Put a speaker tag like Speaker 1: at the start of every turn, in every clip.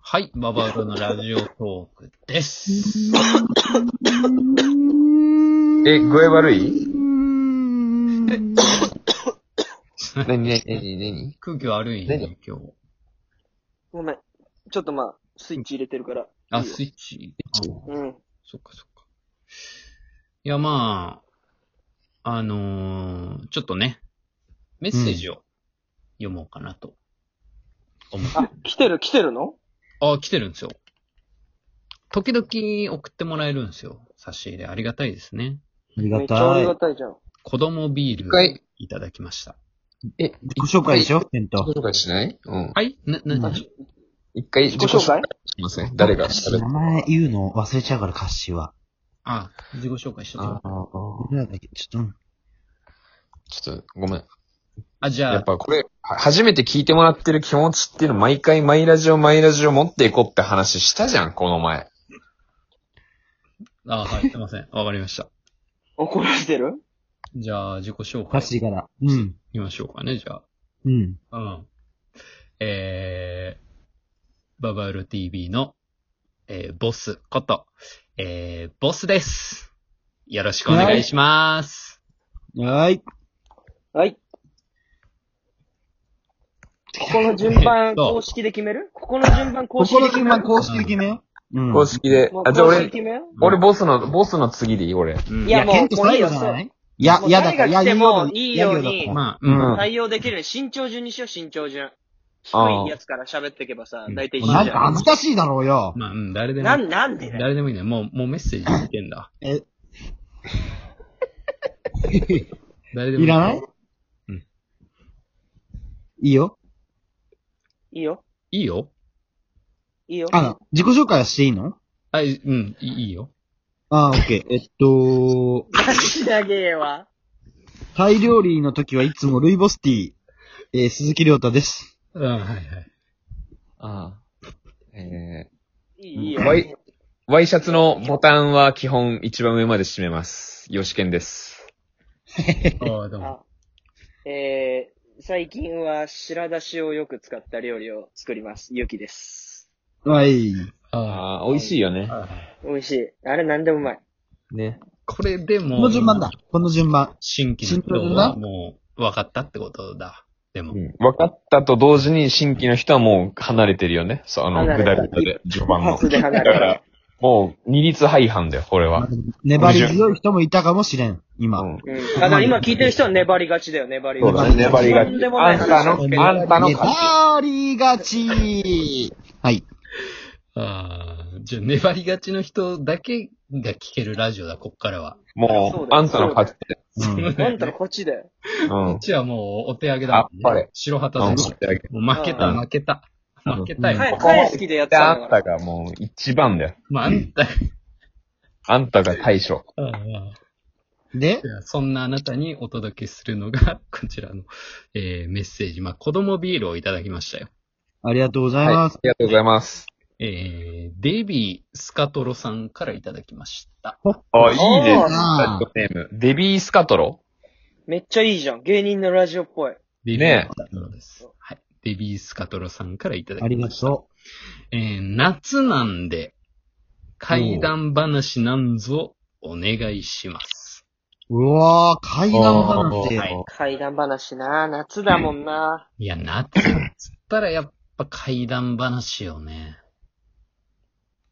Speaker 1: はい、ババウロのラジオトークです。
Speaker 2: え、具合悪いなになになになに
Speaker 1: 空気悪いね、今日。
Speaker 3: ごめん。ちょっとまあ、スイッチ入れてるから。
Speaker 1: あ、
Speaker 3: いいよ
Speaker 1: スイッチ。あ
Speaker 3: うん。
Speaker 1: そっかそっか。いや、まあ、あのーちょっとね、メッセージを読もうかなと思って。
Speaker 3: あ、来てる、来てるの
Speaker 1: あ、来てるんですよ。時々送ってもらえるんですよ。差し入れありがたいですね。
Speaker 4: あり
Speaker 3: め
Speaker 4: が
Speaker 3: っちゃあ
Speaker 4: たい
Speaker 3: り。がたいじゃん。
Speaker 1: 子供ビール
Speaker 2: 一回
Speaker 1: いただきました。
Speaker 2: え、
Speaker 4: 自己紹介でしょちゃん
Speaker 2: 自
Speaker 4: と。
Speaker 2: 己紹介しないうん。
Speaker 1: はいな、な、
Speaker 2: 一回
Speaker 3: 自己紹介
Speaker 2: しません。誰が
Speaker 4: 名
Speaker 2: 喋る
Speaker 4: 前言うの忘れちゃうから、歌詞は。
Speaker 1: あ、自己紹介しとこ
Speaker 2: あ
Speaker 1: う。
Speaker 2: あ
Speaker 4: 僕らだけ、ちょっと、
Speaker 2: ちょっと、ごめん。
Speaker 1: あ、じゃあ、
Speaker 2: やっぱこれ、は初めて聞いてもらってる気持ちっていうの、毎回マイラジオマイラジオ持っていこうって話したじゃん、この前。
Speaker 1: あ、はい、すいません。わかりました。
Speaker 3: 怒られてる
Speaker 1: じゃあ、自己紹
Speaker 4: 歌
Speaker 1: 介
Speaker 4: 詞から。うん。
Speaker 1: いきましょうかね、じゃ
Speaker 4: うん。
Speaker 1: あ。うん。えー、ババウロ TV の、えー、ボスこと、えー、ボスです。よろしくお願いします。
Speaker 4: はーい。
Speaker 3: はい。ここの順
Speaker 1: えっ
Speaker 3: 番、
Speaker 1: と
Speaker 3: 公式で決めるここの順番、公式で
Speaker 4: 心
Speaker 3: 決
Speaker 4: 決
Speaker 3: め
Speaker 4: め
Speaker 3: る
Speaker 4: よう、公式で決めよう。うん。
Speaker 2: 公式で
Speaker 3: もう。
Speaker 2: あ、じゃあ
Speaker 3: 公式
Speaker 2: 俺、
Speaker 3: 決めよう
Speaker 2: 俺ボスの、ボスの次でいい俺。
Speaker 1: うん
Speaker 3: いやもう
Speaker 4: ケント最後じゃないいや
Speaker 3: も、う
Speaker 4: 嫌だから、
Speaker 3: 誰が来て
Speaker 4: い
Speaker 3: も
Speaker 4: や
Speaker 3: いいよう
Speaker 4: 嫌
Speaker 3: に
Speaker 4: だから
Speaker 1: まあ、うん。
Speaker 2: うん
Speaker 3: 対応できるように慎重順にしよう、慎重順。
Speaker 2: ああ
Speaker 3: 低いやつから喋ってけばさ
Speaker 1: う、ん
Speaker 3: 大体一
Speaker 1: う
Speaker 3: 緒
Speaker 4: なん
Speaker 3: じ
Speaker 4: か
Speaker 3: ゃん。
Speaker 4: 恥ずかしいだろうよ。
Speaker 1: まあ、うん、誰でも
Speaker 3: な、ん、なんでだよ。
Speaker 1: 誰でもいいね。もう、もうメッセージ見てんだ。
Speaker 4: え、
Speaker 1: 誰でも
Speaker 4: いらない
Speaker 1: うん
Speaker 4: いいよ。
Speaker 3: いいよ。
Speaker 1: いいよ。
Speaker 3: いいよ。
Speaker 4: あの、自己紹介はしていいの
Speaker 1: あ、いうん、いいいよ。
Speaker 4: あー、オッケー。えっと、
Speaker 3: 出してあげえわ。
Speaker 4: タイ料理の時はいつもルイボスティー、えー、鈴木亮太です。
Speaker 1: うん、はいはい。
Speaker 2: ああ。え
Speaker 3: いい、いい
Speaker 2: ー、
Speaker 3: よ。
Speaker 2: ワイ、ワイシャツのボタンは基本一番上まで締めます。よしけんです。
Speaker 1: ああ、どうも。
Speaker 3: あえー、最近は白だしをよく使った料理を作ります。ゆきです。
Speaker 4: はい。
Speaker 1: あ
Speaker 2: ああ、美味しいよね
Speaker 1: あ。。はい
Speaker 3: 美味しい。あれ何でもうまい。
Speaker 2: ね。
Speaker 1: これでも、
Speaker 4: この順番だ。この順番。
Speaker 1: 新規の人はもう分かったってことだ。でも
Speaker 2: う。ん分かったと同時に新規の人はもう離れてるよね。そう、あの、
Speaker 3: 離
Speaker 2: ぐだ
Speaker 3: れた
Speaker 2: ぐだで、序盤の。
Speaker 3: 初で離
Speaker 2: だ
Speaker 3: れ
Speaker 2: か
Speaker 3: た
Speaker 2: ら、もう二律背反だよ、これは。
Speaker 4: 粘り強い人もいたかもしれん、今。
Speaker 2: うん
Speaker 3: うん。あの、今聞いてる人は粘りがちだよ、粘り
Speaker 2: そ
Speaker 3: が
Speaker 2: うだ
Speaker 3: ち。
Speaker 2: ね、粘りが
Speaker 3: とんでもない
Speaker 2: あん
Speaker 3: 話
Speaker 2: た
Speaker 3: をしてる
Speaker 2: の、あんたの勝ち。
Speaker 4: 粘りがちはい。
Speaker 1: ああ、じゃあ粘りがちの人だけが聞けるラジオだ、こっからは。
Speaker 3: そ
Speaker 2: も
Speaker 3: う
Speaker 2: う、
Speaker 3: だよ
Speaker 2: あんたの勝ちで。
Speaker 4: うん、
Speaker 3: あんたのこっちだよ。
Speaker 2: う
Speaker 1: こっ
Speaker 2: ん。
Speaker 1: ちはもうお手上げだもん、ね。
Speaker 2: あっぱれ
Speaker 1: 白旗
Speaker 2: うん
Speaker 1: だ
Speaker 2: 勝ってあげて
Speaker 1: もう負けた、
Speaker 2: うん
Speaker 1: 負けた。負けたよ。
Speaker 3: はい、
Speaker 2: ここまで
Speaker 3: 返す気でやっ
Speaker 2: で、
Speaker 3: て
Speaker 2: あ
Speaker 3: たんだ
Speaker 2: ん
Speaker 3: から。
Speaker 2: たがもう一番だよ。
Speaker 1: まあ、あんた、
Speaker 2: あんたが大将。
Speaker 1: うん
Speaker 4: で、
Speaker 1: そんなあなたにお届けするのが、こちらの、えーメッセージ。まあ、子供ビールをいただきましたよ。
Speaker 4: ありがとうござい
Speaker 2: はい。
Speaker 4: ま
Speaker 2: あ
Speaker 4: す。
Speaker 2: りがとうございます。
Speaker 1: えー、デイビー・スカトロさんからいただきました。
Speaker 2: あ、いいね。
Speaker 3: おー
Speaker 2: ラジオネーム。デビー・スカトロ
Speaker 3: めっちゃいいじゃん。芸人のラジオっぽい。
Speaker 1: デイビー・
Speaker 2: ね
Speaker 1: スカトロです。はい。デイビー・スカトロさんからいただきました。
Speaker 4: ありがと
Speaker 1: えー夏なんで、怪談話なんぞお願いします。
Speaker 4: う。うわー、階段話
Speaker 1: あーはい
Speaker 4: よ。
Speaker 3: 怪談話な夏だもんない
Speaker 1: や、夏っつったらやっぱ怪談話よね。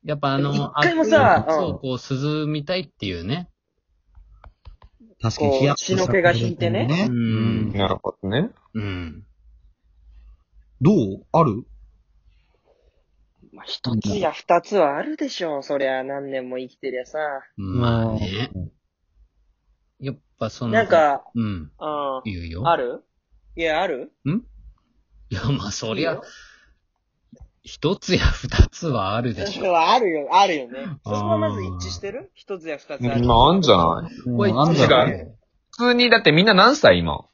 Speaker 1: やっぱあの、
Speaker 3: 一回もさ
Speaker 1: 暑い夏
Speaker 3: う
Speaker 1: を
Speaker 3: ん
Speaker 1: こう、涼みたいっていうね。
Speaker 4: 確かに、ヒヤッとした
Speaker 3: こう血の気が引いてね
Speaker 4: う
Speaker 1: うん
Speaker 4: ん。
Speaker 2: なるほどね。
Speaker 1: うん。
Speaker 4: どうある
Speaker 3: まあ、一つや二つはあるでしょう。そりゃ、何年も生きてりゃさ。
Speaker 1: まあね。やっぱその、
Speaker 3: なん、か、
Speaker 1: うん、
Speaker 3: う。
Speaker 1: 言うんよ。
Speaker 3: あ
Speaker 1: る
Speaker 3: るいや、ある
Speaker 1: いや、まあそり
Speaker 3: いい
Speaker 1: ゃ
Speaker 3: よ、
Speaker 1: 一つや二つはあるでし
Speaker 3: そ
Speaker 1: ょ。
Speaker 3: れはあるよ、あるよね。
Speaker 1: あ
Speaker 3: そ
Speaker 1: ー
Speaker 3: こはまず一致してる一つや二つある。
Speaker 2: まあ、あんじゃない
Speaker 4: うんあん
Speaker 2: じゃない
Speaker 4: だ
Speaker 2: 普通に、だってみんな何歳今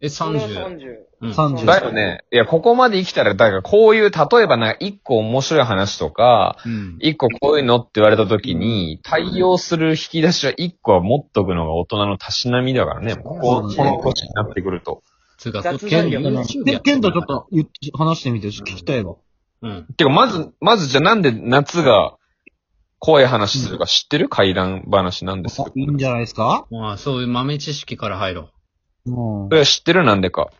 Speaker 1: え、30。
Speaker 3: 30。
Speaker 1: うん
Speaker 4: 30
Speaker 2: だよね。いや、ここまで生きたら、だからこういう、例えばなんか一個面白い話とか、
Speaker 1: うん。
Speaker 2: 一個こういうのって言われた時に、対応する引き出しは一個は持っとくのが大人のたしなみだからね。ここ
Speaker 4: そうね
Speaker 2: この年になってくると。
Speaker 1: つうか、
Speaker 3: 雑
Speaker 1: ケン
Speaker 3: 談力
Speaker 1: ト
Speaker 3: ね
Speaker 4: でケントちょっと言って話してみて、ちょっと聞きたいわ。
Speaker 1: うん。
Speaker 2: てか、まず、まずじゃあなんで夏が怖い話するか知ってる怪談話なんですけ
Speaker 4: いいんじゃないですか
Speaker 1: まあ、そういう豆知識から入ろ。
Speaker 4: うん
Speaker 2: そ。れは知ってるなんでか。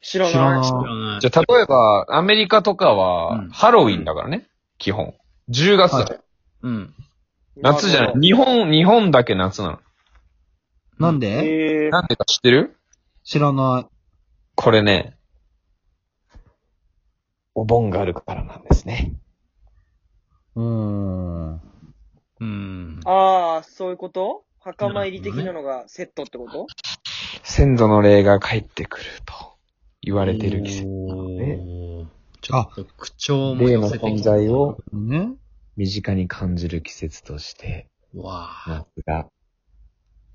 Speaker 3: 知らない。
Speaker 4: 知らないう
Speaker 1: 知らない
Speaker 2: じゃあ、例えば、アメリカとかは
Speaker 1: うん、
Speaker 2: ハロウィンだからね、基本。10月だ。
Speaker 4: はい
Speaker 1: うん。
Speaker 2: 夏じゃない。日本、日本だけ夏なの。
Speaker 4: なんで
Speaker 3: えー、
Speaker 2: なんでか知ってる
Speaker 4: 知らな
Speaker 2: これね、お盆があるからなんですね。
Speaker 4: い。うーん。
Speaker 1: うん。
Speaker 3: ああ、そういうこと墓参り的なのがセットってこと
Speaker 2: 先祖の霊が帰ってくると言われてる季節。
Speaker 1: おーちょっと口調も
Speaker 2: 霊
Speaker 1: 寄
Speaker 2: の
Speaker 1: せて
Speaker 2: 存
Speaker 1: きた。
Speaker 2: 在を
Speaker 4: ね。
Speaker 2: 身近に感じる季節として、
Speaker 1: わあ。
Speaker 2: 夏が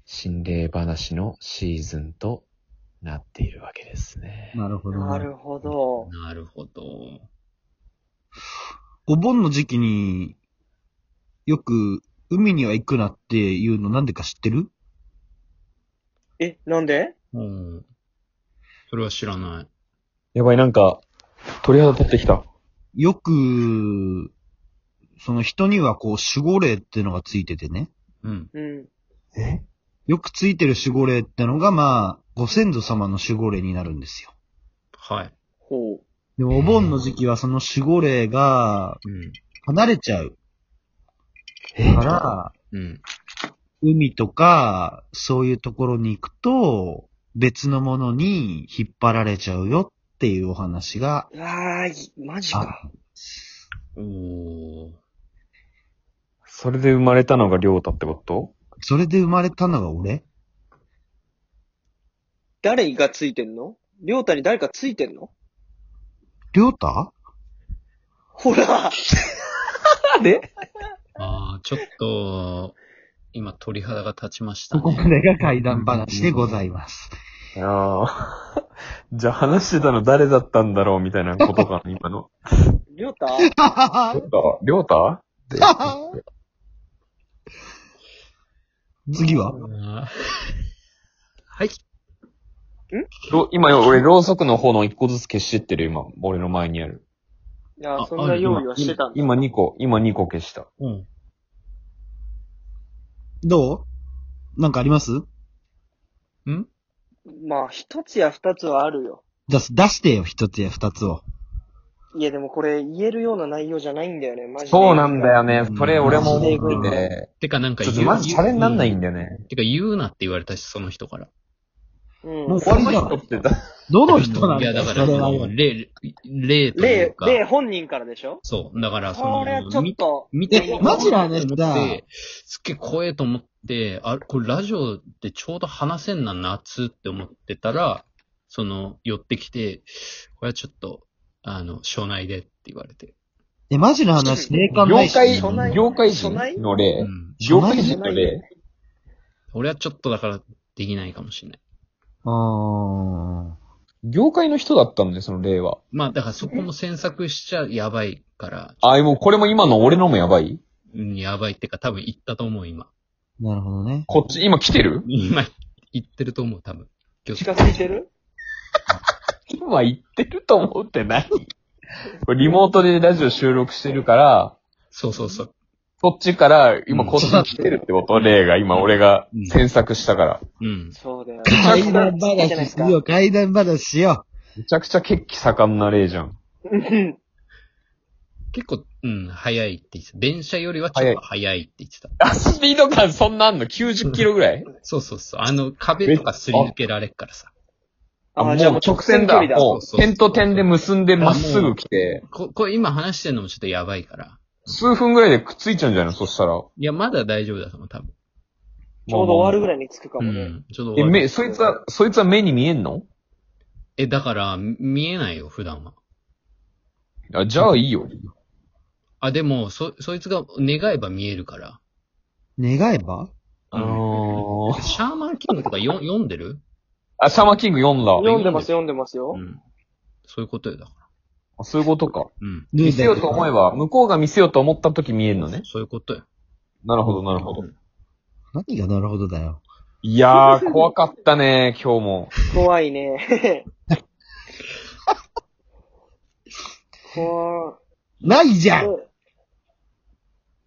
Speaker 2: 心霊話のシーズンとなっているわけですね。
Speaker 4: なるほどね。
Speaker 3: なるほど。
Speaker 1: なるほど。
Speaker 4: お盆の時期に、よく、海には行くなっていうのなんでか知ってる
Speaker 3: え、なんで
Speaker 1: うん。それは知らない。
Speaker 2: やばい、なんか、鳥肌立ってきた。
Speaker 4: よく、その人にはこう守護霊っていうのがついててね。
Speaker 1: うん。
Speaker 3: うん。
Speaker 2: え
Speaker 4: よくついてる守護霊ってのがまあ、ご先祖様の守護霊になるんですよ。
Speaker 1: はい。
Speaker 3: ほう。
Speaker 4: でもお盆の時期はその守護霊が
Speaker 1: うん。
Speaker 4: 離れちゃう
Speaker 2: え
Speaker 4: から、
Speaker 1: うん。
Speaker 4: 海とか、そういうところに行くと、別のものに引っ張られちゃうよっていうお話が
Speaker 3: うわーい、マジ
Speaker 4: あ
Speaker 3: か。
Speaker 1: おー。
Speaker 2: それで生まれたのがりょうたってこと
Speaker 4: それで生まれたのが俺
Speaker 3: 誰がついてんのりょうたに誰かついてんの
Speaker 4: りょうた
Speaker 3: ほら
Speaker 1: ああ、ちょっと、今鳥肌が立ちました
Speaker 4: こ
Speaker 1: ね。
Speaker 4: れが怪談話でございます。
Speaker 2: ああ。 じゃあ話してたの誰だったんだろうみたいなことかな、今 の。
Speaker 3: りょうた
Speaker 2: りょうたりょうた
Speaker 4: 次は
Speaker 1: あーはい。
Speaker 2: ろ今よ、俺、ろうそくの方の一個ずつ消してってる、今。俺の前にある。
Speaker 3: いや
Speaker 1: あ、
Speaker 3: そんな用意はしてたんだ。
Speaker 2: 今2個、今2個消した。
Speaker 1: うん。
Speaker 4: どうなんかあります
Speaker 1: うん
Speaker 3: まあ、一つや二つはあるよ。
Speaker 4: 出す、出してよ、一つや二つを。
Speaker 3: いや、でもこれ言えるような内容じゃないんだよね、マジで。
Speaker 2: そうなんだよね
Speaker 4: う。ん
Speaker 2: それ俺も思ってて。
Speaker 1: てかなんか
Speaker 2: ちょっ
Speaker 1: 言
Speaker 2: と
Speaker 1: う。
Speaker 2: まずチャレになんないん
Speaker 1: だ
Speaker 2: だよね。
Speaker 1: てか言うなって言われたし、その人から。
Speaker 3: う
Speaker 4: も
Speaker 3: ん
Speaker 4: う。終わりじゃん
Speaker 2: この人ってだ
Speaker 4: どの人なん
Speaker 1: いや、
Speaker 4: だ
Speaker 1: だ
Speaker 4: よ、
Speaker 1: か
Speaker 4: そ
Speaker 1: ら、
Speaker 4: れは
Speaker 1: その
Speaker 4: よ。
Speaker 1: 例、例という
Speaker 3: 例、
Speaker 1: か。
Speaker 3: 例本人からでしょ
Speaker 1: そう。だから、そ
Speaker 3: こ
Speaker 1: の、
Speaker 3: れはちょっ
Speaker 1: 見
Speaker 3: と。
Speaker 1: 見て
Speaker 4: えマジな話
Speaker 1: と
Speaker 4: だ
Speaker 1: 思って、すっげえ怖えと思って、あ、これラジオでちょうど話せんな、夏って思ってたら、その、寄ってきて、これはちょっと、あの、省内でって言われて。
Speaker 4: え、マジの話、霊感な
Speaker 2: 業
Speaker 4: いし。
Speaker 2: 界
Speaker 1: 初内、
Speaker 2: 業界人
Speaker 3: 初内
Speaker 2: の
Speaker 1: う
Speaker 2: 例。
Speaker 1: ん。
Speaker 2: 業界人の例。
Speaker 1: 俺はちょっとだから、できないかもしれない。
Speaker 4: あー
Speaker 2: 業界の人だったんだよ、その例は。
Speaker 1: まあ、だからそこも詮索しちゃやばいから、
Speaker 2: あ、もうこれも今の俺のもやばい
Speaker 1: うん、やばいってか、多分言ったと思う、今。
Speaker 4: なるほどね。
Speaker 2: こっち、今来てる
Speaker 1: 今、言ってると思う、多分。今日
Speaker 3: 近づいてる
Speaker 2: 今行ってると思ってないこれリモートでラジオ収録してるから、
Speaker 1: そうそうそう。
Speaker 2: そっちから、今
Speaker 1: うん
Speaker 2: こっちに来てるってこと例が今俺が
Speaker 1: うん
Speaker 2: 詮索したから。
Speaker 1: うん。
Speaker 3: そうだよ。
Speaker 4: 怪談
Speaker 3: 近づいてるじゃ
Speaker 4: 話
Speaker 3: ないです
Speaker 4: し
Speaker 3: か
Speaker 4: よう、怪談話しよ
Speaker 2: めちゃくちゃ血気盛んな例じゃん。
Speaker 3: うん
Speaker 1: 結構、うん、早いって言ってた。電車よりはちょっと早いって言ってた。
Speaker 2: あ、スピード感そんなあんの ?90 キロぐらい
Speaker 1: そうそうそう。あの、壁とかすり抜けられっからさ。
Speaker 3: あ
Speaker 2: も
Speaker 3: ー
Speaker 2: う
Speaker 3: じゃあもう直
Speaker 2: 直
Speaker 3: 線
Speaker 2: 線
Speaker 3: 距
Speaker 2: だ。
Speaker 3: 離だ。
Speaker 2: も
Speaker 1: そううそうそう
Speaker 2: 点と点で結んでまっすぐ来て、
Speaker 1: こ、これ今話してるのもちょっとやばいから。
Speaker 2: 数分ぐらいでくっついちゃうんじゃないのそしたら。
Speaker 1: いや、まだ大丈夫だと思う、多分。
Speaker 3: ちょうど終わるぐ
Speaker 2: らい。
Speaker 3: らいに着くか
Speaker 1: う
Speaker 3: もね。
Speaker 1: ん。ちょっと
Speaker 2: え、
Speaker 1: 終わる。
Speaker 2: 目、そいつは、そいつは目に見えんの
Speaker 1: え、だから、見えないよ、普段は。
Speaker 2: あ、じゃあいいよ。
Speaker 1: あ、でも、そ、そいつが願えば見えるから。
Speaker 4: う。願えば
Speaker 2: あー
Speaker 1: シャーマンキングとかよ読んでる
Speaker 2: あ、サマーキング読んだ。
Speaker 3: 読んでます、読んでますよ
Speaker 1: う。ん。そういうことよ、だから。
Speaker 2: あそういうことか。
Speaker 1: うん。
Speaker 4: 脱
Speaker 2: 見
Speaker 4: い
Speaker 2: せ
Speaker 4: だ
Speaker 2: よ
Speaker 4: り
Speaker 2: うと思えば、向こうが見せようと思った時見えんのね。
Speaker 1: そういうことよ。
Speaker 2: なるほど、なるほど
Speaker 1: う。ん
Speaker 4: 何がなるほどだよ。
Speaker 2: いやー、怖かったね、今日も。
Speaker 3: 怖い ね。怖
Speaker 4: ないじゃん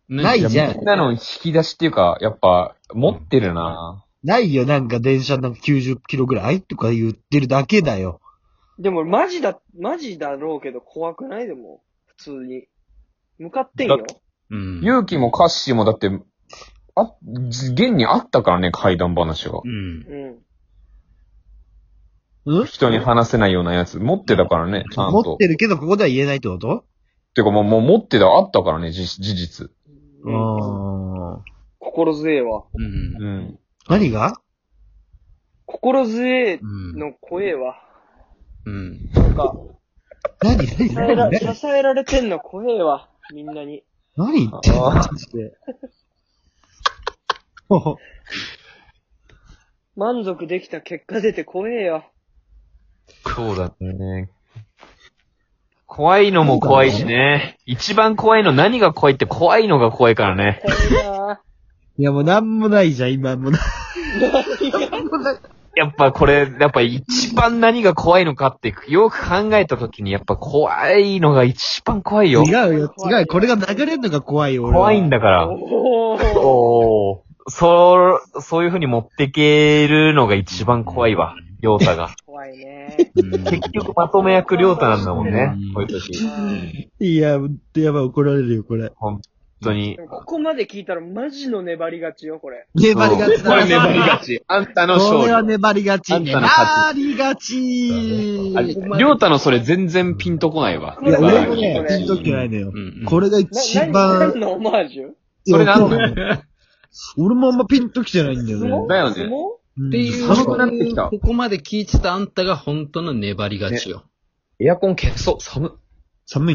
Speaker 1: ね
Speaker 4: ない
Speaker 2: や
Speaker 4: じゃあ
Speaker 2: みんなの引き出しっていうか、やっぱ、持ってるな
Speaker 4: ないよ、なんか電車なんか90キロぐらいとか言ってるだけだよ。
Speaker 3: でも、マジだ、マジだろうけど怖くないでも、普通に。向かってん
Speaker 2: だ
Speaker 3: よ。
Speaker 1: うん。
Speaker 2: 勇気もカッシーもだって、あ、現にあったからね、怪談話が
Speaker 1: う。ん。
Speaker 3: うん。
Speaker 4: うん
Speaker 2: 人に話せないようなやつ、持ってたからね、ちゃん
Speaker 4: 持
Speaker 2: と
Speaker 4: っ。てるけど、ここでは言えないってこと
Speaker 2: てかもう、もう持ってた、あったからね、じ事実。
Speaker 3: うん
Speaker 4: うん。
Speaker 3: 心強いわ。
Speaker 1: うん。
Speaker 2: うん。
Speaker 4: 何が
Speaker 3: 心強い
Speaker 1: うん。
Speaker 3: の声は、
Speaker 1: うん。
Speaker 3: なんか、
Speaker 4: 何何
Speaker 3: 支えら、
Speaker 4: 何何
Speaker 3: 支えられてんの声は、みんなに。
Speaker 4: 何言ってんの
Speaker 2: あー
Speaker 4: マジでも
Speaker 3: 満足できた結果出て怖えよ。
Speaker 2: そうだね。怖いのも怖いしね。一番怖いの何が怖いって怖いのが怖いからね。
Speaker 3: 怖いな
Speaker 4: ういやもうなんもないじゃん、今もう。
Speaker 2: やっぱこれ、やっぱ一番何が怖いのかって、よく考えた時にやっぱ怖いのが一番怖いよ。
Speaker 4: 違うよ、違うよ。これが流れるのが怖いよ、俺は。
Speaker 2: 怖いんだか
Speaker 3: ぁ。
Speaker 2: ら。
Speaker 3: おー。
Speaker 2: おお。そう、そういう風に持ってけるのが一番怖いわ。りょうた が。
Speaker 3: 怖いね。
Speaker 1: うん
Speaker 2: 結局まとめ役りょうたなんだもんね
Speaker 1: うん。
Speaker 2: こういう時。
Speaker 3: う
Speaker 2: 本
Speaker 3: ん
Speaker 4: いや、やばい、怒られるよ、これ。
Speaker 2: 当に
Speaker 3: で。もここまで聞いたらマジの粘り勝ちよ、これ。
Speaker 4: 粘りがちだ。
Speaker 2: 어,がち。あんたの
Speaker 4: これは粘りがち。
Speaker 2: あんたの勝
Speaker 4: 粘りがち。
Speaker 2: りょうたのそれ全然ピンとこないわ。
Speaker 4: いや、
Speaker 3: これ
Speaker 4: 俺もね、
Speaker 3: これ
Speaker 4: ピンときないのよ
Speaker 1: う。ん。
Speaker 4: これが
Speaker 3: な、
Speaker 4: 一
Speaker 3: 何
Speaker 4: 番
Speaker 3: 何、のオマージュ
Speaker 2: それなん
Speaker 4: いや俺もあんまピンときてないんだ
Speaker 3: 相
Speaker 4: よ
Speaker 3: 撲
Speaker 4: ね。
Speaker 2: だよね
Speaker 3: 相撲
Speaker 4: っ
Speaker 1: っていう、
Speaker 2: 寒くなってきた
Speaker 1: ここまで聞いてたあんたが本当の粘り勝ちよ。
Speaker 2: エアコン消そう。寒っ。
Speaker 4: 寒いの